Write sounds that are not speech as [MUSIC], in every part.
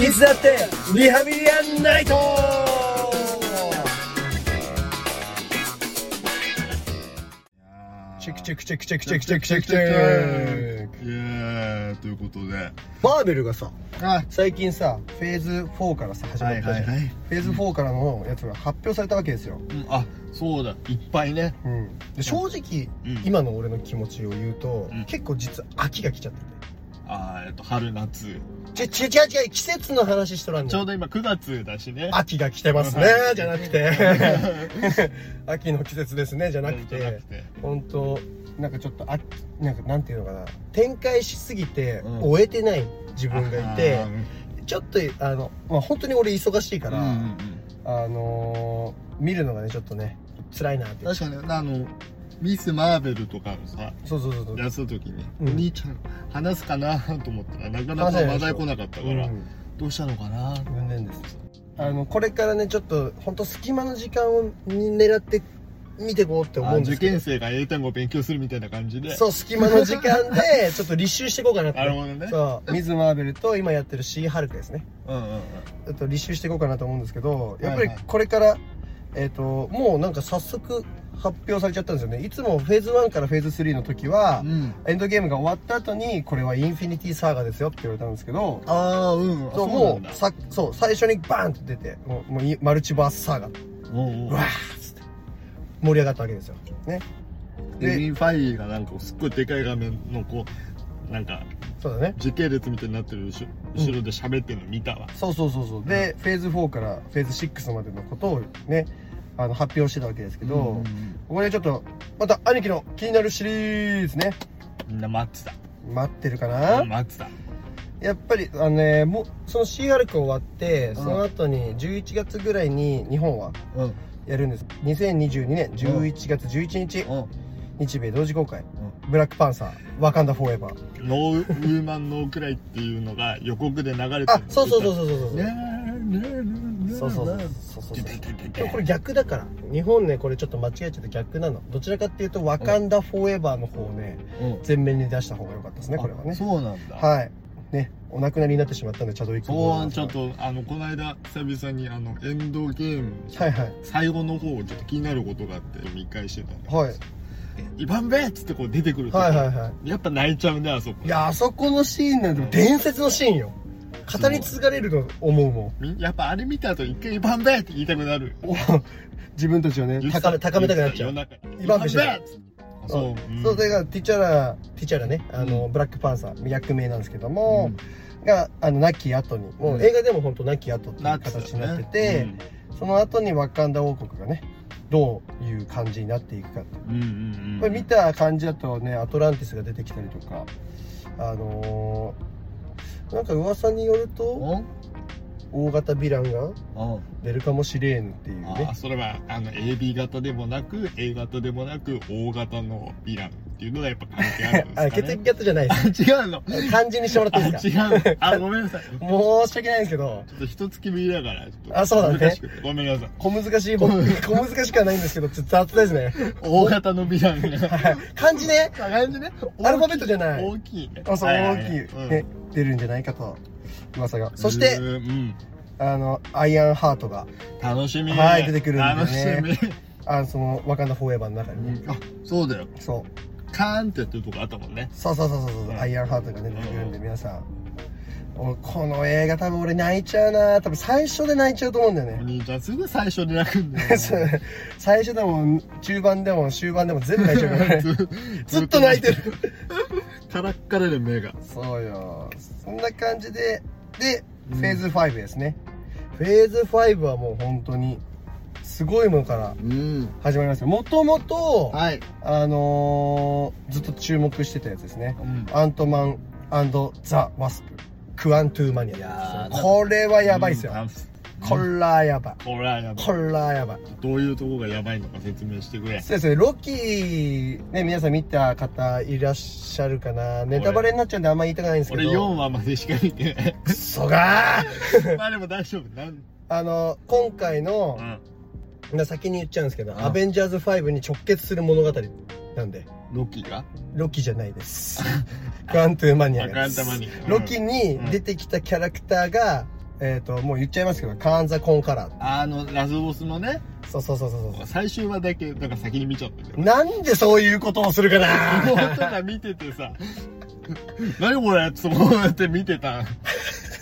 いつだってリハビリアンナイトチェックチェックチェックチェックチェックチェックチェックチェックイエーイということでバーベルがさあ最近さフェーズ4からさ始まったじゃん、はいはいはいフェーズ4からのやつが発表されたわけですよ、あそうだいっぱいねうん、で正直、うん今の俺の気持ちを言うと、うん結構実は秋が来ちゃってあーえっと春夏てち違う違う違う季節の話しとらんちょうどど今9月だしね秋が来てますねうじゃなくて秋の季節ですねじゃなくじゃて本当なんかちょっとあなんかなんていうのかな展開しすぎて、うん終えてない自分がいてあーちょっとあの、まあ、本当に俺忙しいから、うんうんうんあのー見るのがねちょっとね辛いなっていう確かにあのミス・マーベルとかのさそうそうそうそうやすときに、うんお兄ちゃん話すかなと思ったらなかなか話題来なかったから、うんどうしたのかな残念ですあのこれからねちょっと本当隙間の時間を狙って見てこうって思あうんで受すけ験ど生が英単語を勉強するみたいな感じでそう隙間の時間でちょっと履修していこうかなって [LAUGHS] なるほどねそうミズ・マーベルと今やってるシー・ハルクですねうんうんうんちょっと履修していこうかなと思うんですけどやっぱりはいはいこれから、えっ、ともうなんか早速発表されちゃったんですよねいつもフェーズ1からフェーズ3の時は、うんエンドゲームが終わった後にこれはインフィニティサーガですよって言われたんですけどああうんあそうなんもだうさそう最初にバーンと出てもうもういマルチバースサーガうんうんうわーっつって盛り上がったわけですよねででインファイがなんかすっごいでかい画面のこうなんかそうだね時系列みたいになってる後ろ後ろで喋ってるの見たわ、そうそうそうそうでフェーズ4からフェーズ6までのことをねあの発表してたわけですけど、うんうんうんここでちょっとまた兄貴の気になるシリーズねみんな待って待ってるかたな、うん待ってたやっぱりあのねもうその C アルク終わって、んその後に11月ぐらいに日本はうんうんやるんです2022年11月11日、日米同時公開、ブラックパンサーワカンダフォーエバーノーウーマンノーくらいっていうのが予告で流れてるあそうそうそううそうそうそう、ねえねえねえそうそうそうねそうそうえねえねでもこえれ逆だから日本ねこれちょっと間違えちゃって逆なのどちらかっていうとワカンダフォーエバーの方をねうん全面に出した方が良かったですねこれはあねそうなんだはいねお亡くなりになってしまったんでチャドウィック・ボーそマうンちさょっんとあのこの間久々にあのエンドゲームはいはい最後の方をちょっと気になることがあって見返してたのはいイバンベっつってこう出てくると、はいはいはやっぱ泣いちゃうねあそこいいやあそこのシーンなんて伝説のシーンよ語り継がれると思うもん [LAUGHS] みやっぱあれ見た後一回イバンベって言いたくなるお自分たちをね高め高めたくなっちゃうイイバンベししちてゃうそう、んそうそれがティチャラティチャラねあの、ブラックパンサー役名なんですけども、があの亡き後にもう映画でも本当亡き後っていう形になってて、その後にワカンダ王国がねどういう感じになっていくかってうんうんうんうんこれ見た感じだとねアトランティスが出てきたりとかあのーなんか噂によるとお大型ヴィランがお出るかもしれんっていうあねーそれはあの AB 型でもなく A 型でもなく O 型のヴィランっていうのがやっぱ関係あるんあです血か液ね型じゃないで違うの [LAUGHS] す漢字にしてもらってあいい違ですかうのあごめんなさいち申し訳ないんですけどょっと一月ぶりだからちょっとあそうだね難しくてごめんなさい小難しい [LAUGHS] 僕小難しくはないんですけどちょっと雑ですね O 型のヴィランがはい漢字ね感じねアルファベットじゃない大きいねあそうはいは大はきい、うんね出るんじゃないかと噂がそしてうんあのアイアンハートが楽しみはい出てくるん楽でねしあのそのワカンダフォーエバーの中にね、みあそうだよそうカーンってやってるとこあったもんねそうそうそうそうそう、うんアイアンハートがね出てくるんで皆さんおこの映画多分俺泣いちゃうな多分最初で泣いちゃうと思うんだよね、お兄ちゃんすぐ最初で泣くんだ [LAUGHS] よそう [LAUGHS] 最初でも中盤でも終盤でも全部泣いちゃうからねずっと泣いてるからっかれる目がそうよそんな感じででうんフェーズ5ですね、フェーズ5はもう本当にすごいものからうん始まりますよもともとはいあのーずっと注目してたやつですねうんアントマンザ・ワスプクアントゥーマニいアやーこれはやばいっすよ、うんこらやばいこれはやばいこらやばいどういうとこがやばいのか説明してくれそうですねロキね皆さん見た方いらっしゃるかなネタバレになっちゃうんであんま言いたくないんですけ俺4ど話までしか見てないクソがーまあでも大丈夫なんあの今回のう、んまあ先に言っちゃうんですけど「んアベンジャーズ5」に直結する物語なんでロキがロキじゃないです [LAUGHS] クアントゥーマニアアカでンすタマニアロキに出てきたキャラクターが、えっ、と、もう言っちゃいますけど、カーンザ・コンカラー。あの、ラスボスのね、そうそうそうそうそう。最終話だけ、なんか先に見ちゃったけど。なんでそういうことをするかな妹が見ててさ、 [LAUGHS] 何これって思って見てた。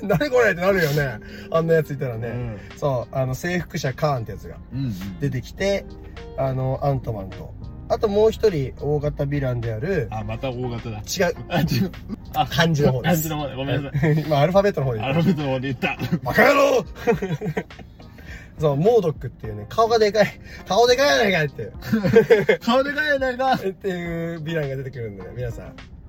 何これってなるよね。あんなやついたらうね。ん。そう、あの、征服者カーンってやつがうん。出てきて、あの、アントマンと。あともう一人、大型ヴィランである、あ、また大型だ。違う、あ、違う。あ、漢字の方で漢す字。の方で、ごめんなさい。 [LAUGHS] まあ、アルファベットの方でアルファベットの方で言った。バカ野郎そう、モードックっていうね、顔がでかい、顔でかいやないかいっていう、顔でかいやないか。っていうヴィランが出てくるんでね、皆さん、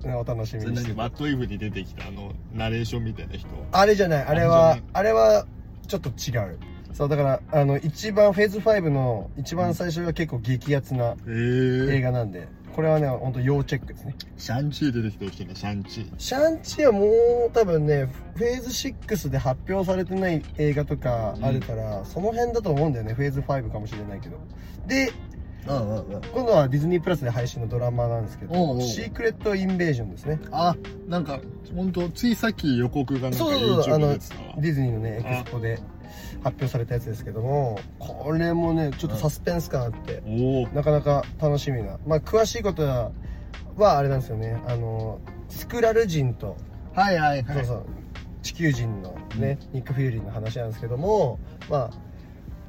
ねお楽しみそれにし何て。マットイフに出てきたあのナレーションみたいな人あれじゃない、あれあはれじ、あれは、ちょっと違う。そう、だから、あの、一番、フェーズ5の一番最初が結構激アツなえ映画なんで、これはね、ほんと要チェックですね。シャンチー出てきてほしいねシャンチーシャンチーはもう多分ね、フェーズ6で発表されてない映画とかあるから、その辺だと思うんだよね、フェーズ5かもしれないけど。で、うんうんうん今度はディズニープラスで配信のドラマなんですけど、おうおうシークレット・インベージョンですね。あなんか本当ついさっき予告がなんかそうそうそう YouTube で出てたわディズニーのね、エクスポで発表されたやつですけども、これもね、ちょっとサスペンス感あって、おおなかなか楽しみな。まあ、詳しいことは、はあれなんですよね、あの、スクラル人と、はいはいはそういそう、地球人のね、ニック・フューリーの話なんですけども、まあ、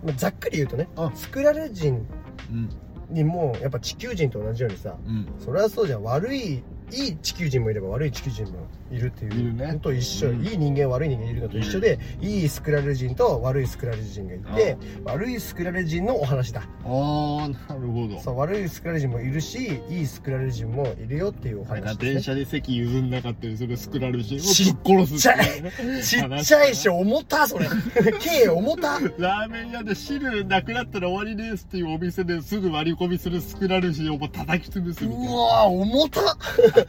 まあざっくり言うとねうん、スクラル人うんにも、やっぱ地球人と同じようにさ、うんそれはそうじゃん悪いいい地球人もいれば悪い地球人もいるっていういるねのと一緒、うんいい人間悪い人間いるのと一緒で、いいスクラル人と悪いスクラル人がいて、悪いスクラル人のお話だああなるほどそう悪いスクラル人もいるしいいスクラル人もいるよっていうおなんか話電です、車で席譲んなかったりするスクラル人をちぶっ殺すっていうねちっちゃいし重た [LAUGHS] それ K 重たラーメン屋で汁なくなったら終わりですっていうお店ですぐ割り込みするスクラル人をもう叩き潰すみたいうなわ重た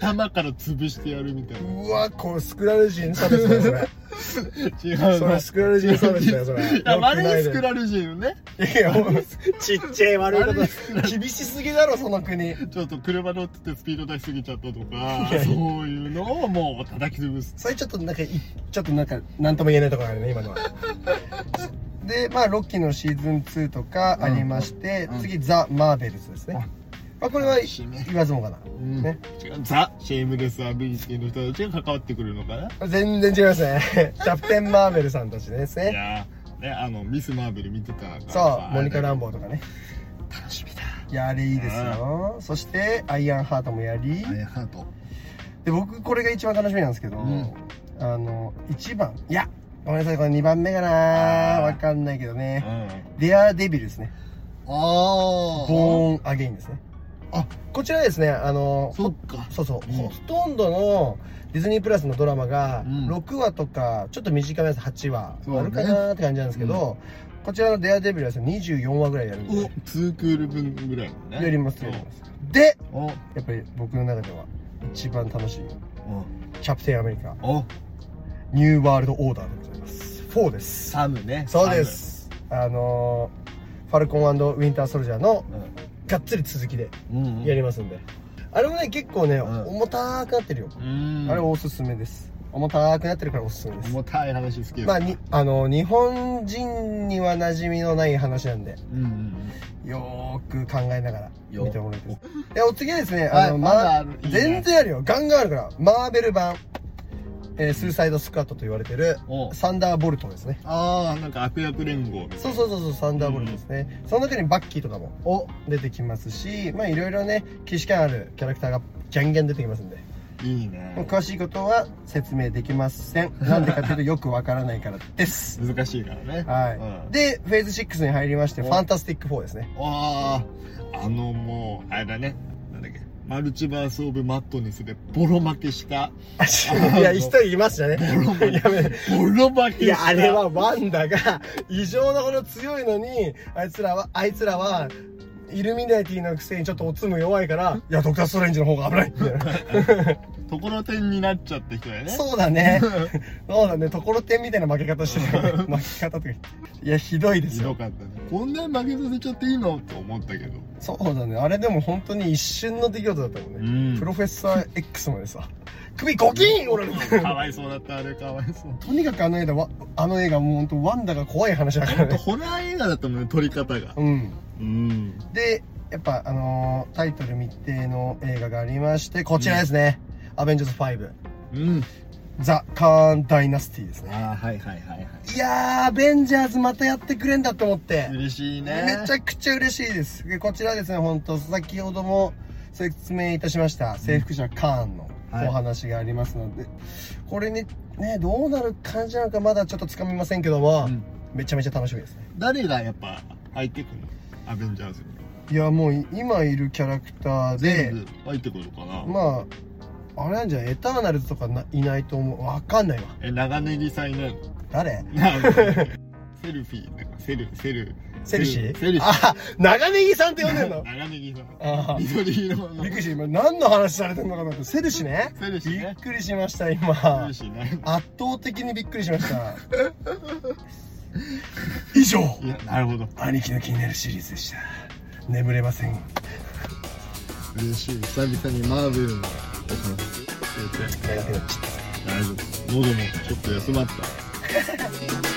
頭から潰してやるみたいなうわこれスクラル人差別だよそれ違うそれスクラル人差別だよそれいや、悪いスラクラル人ね。いやもうちっちゃい悪いこ悪いスクラと厳しすぎだろその国ちょっと車乗っててスピード出しすぎちゃったとかいや、そういうのをもう叩き潰す。それちょっとなんかいちょっとなんか何とも言えないところがあるね今のはでまあロッキーのシーズン2とかありまして、うんうん次ザ・マーベルズですね、うんまあ、これはしめ言わずもがなうんね違うザ・シェイムレス・アビリティの人たちが関わってくるのかな全然違いますね [LAUGHS] キャプテン・マーベルさんたちですいねやーね、あの、ミス・マーベル見てたからそうモニカ・ランンボーとかね楽しみだ。いやあれいいですよそしてアイアンハートもやり、アイアンハート。で僕これが一番楽しみなんですけど、うんあの1番いやごめんなさいこれ2番目かなあーわかんないけどうねん。デアデビルですねあー。ボーンアゲインですね。あこちらですね、あの、そっか。そうそう、うんほとんどのディズニープラスのドラマが、うん6話とか、ちょっと短めです、8話、そうねあるかなーって感じなんですけど、こちらのデアデビルはですね、24話ぐらいやるんおで、、 2クール分ぐらいのね。やります、そうやります。で、お、やっぱり僕の中では、一番楽しい、キャプテンアメリカ、お、お、ニューワールドオーダーでございます。4です。サムね。そうです。あのー、ファルコンウィンターソルジャーのサム。がっつり続きでうん。うんうんやりますんで、あれもね結構ね、ん重たくなってるよ、うん。あれおすすめです重たくなってるからおすすめです重たい話好きです。まあにあの日本人には馴染みのない話なんでうんうんよーく考えながらよ見てもらいたいですでお次はですね、はいあのまだあるいいね全然あるよガンガンあるからマーベル版、えースーサイドスクワットと言われてるうん。おサンダーボルトですねああ、なんか悪役連合みたいな。そうそうそうそうサンダーボルトですね、その中にバッキーとかもお出てきますしまあいろいろね既視感あるキャラクターがじゃんじゃん出てきますんでいいね。詳しいことは説明できませ [LAUGHS] ん。なんでかというとよくわからないからです。難しいからね。はうんい。で、フェーズ6に入りまして、おファンタスティック4です [LAUGHS] ね。ああ、あのもう、あれだね。なんだっけ。マルチバース・オブ・マットネスでボロ負けした。いや、一人いますじゃ [LAUGHS] ね。やめボロ負けした。いや、あれはワンダが異常なほど強いのに、あいつらは、あいつらは、イルミナティのくせにちょっとおつむ弱いから、いや、ドクターストレンジの方が危ないみたいな。ところてんになっちゃった人だよね。そうだ [LAUGHS] ね。そうだね。ところてんみたいな負け方してた、ね。負け方とか。いや、ひどいですひどよ。かったね。こんなに負けさせちゃっていいのと思ったけど。そうだね。あれでも本当に一瞬の出来事だったもんね。んプロフェッサー X までさ、首ゴキーン俺のかわいそうだった、あれかわいそう。とにかくあの映画は、あの映画もう本当ワンダが怖い話だかほらんとね。ホラー映画だったもんね、撮り方が。うん。うん。で、やっぱあのータイトル未定の映画がありまして、こちらですね。アベンジャーズ5。うん。ザ・カーン・ダイナスティですね。ああ、はいはいはいいやー、アベンジャーズまたやってくれんだと思って。はい。嬉しいね。めちゃくちゃ嬉しいです。でこちらですね、本当先ほども説明いたしました、征服者カーンのはいお話がありますので、これにね、どうなる感じなのかまだちょっとつかみませんけども、うんめちゃめちゃ楽しみですね。誰がやっぱ入ってくるのアベンジャーズに。いや、もうい今いるキャラクターで、全部入ってくるのかな、まあ、あれなんじゃないエターナルズとかないないと思う。わかんないわ。え、長ネギさんい [LAUGHS] ないの誰なんかセルフィー、なんかセル、セル、セルシーセルシーあ、長ネギさんって呼んでんの長ネギさん。あー緑色のびっくりした。今何の話されてんのかなと思って。セルシーね。セルシーびっね。くりしました、今。セルシーね。圧倒的にびっくりしました以上いや、なるほど。兄貴の気になるシリーズでした眠れません嬉しい。久々にマーベルのお話。大学の大丈夫。喉もちょっと休まった。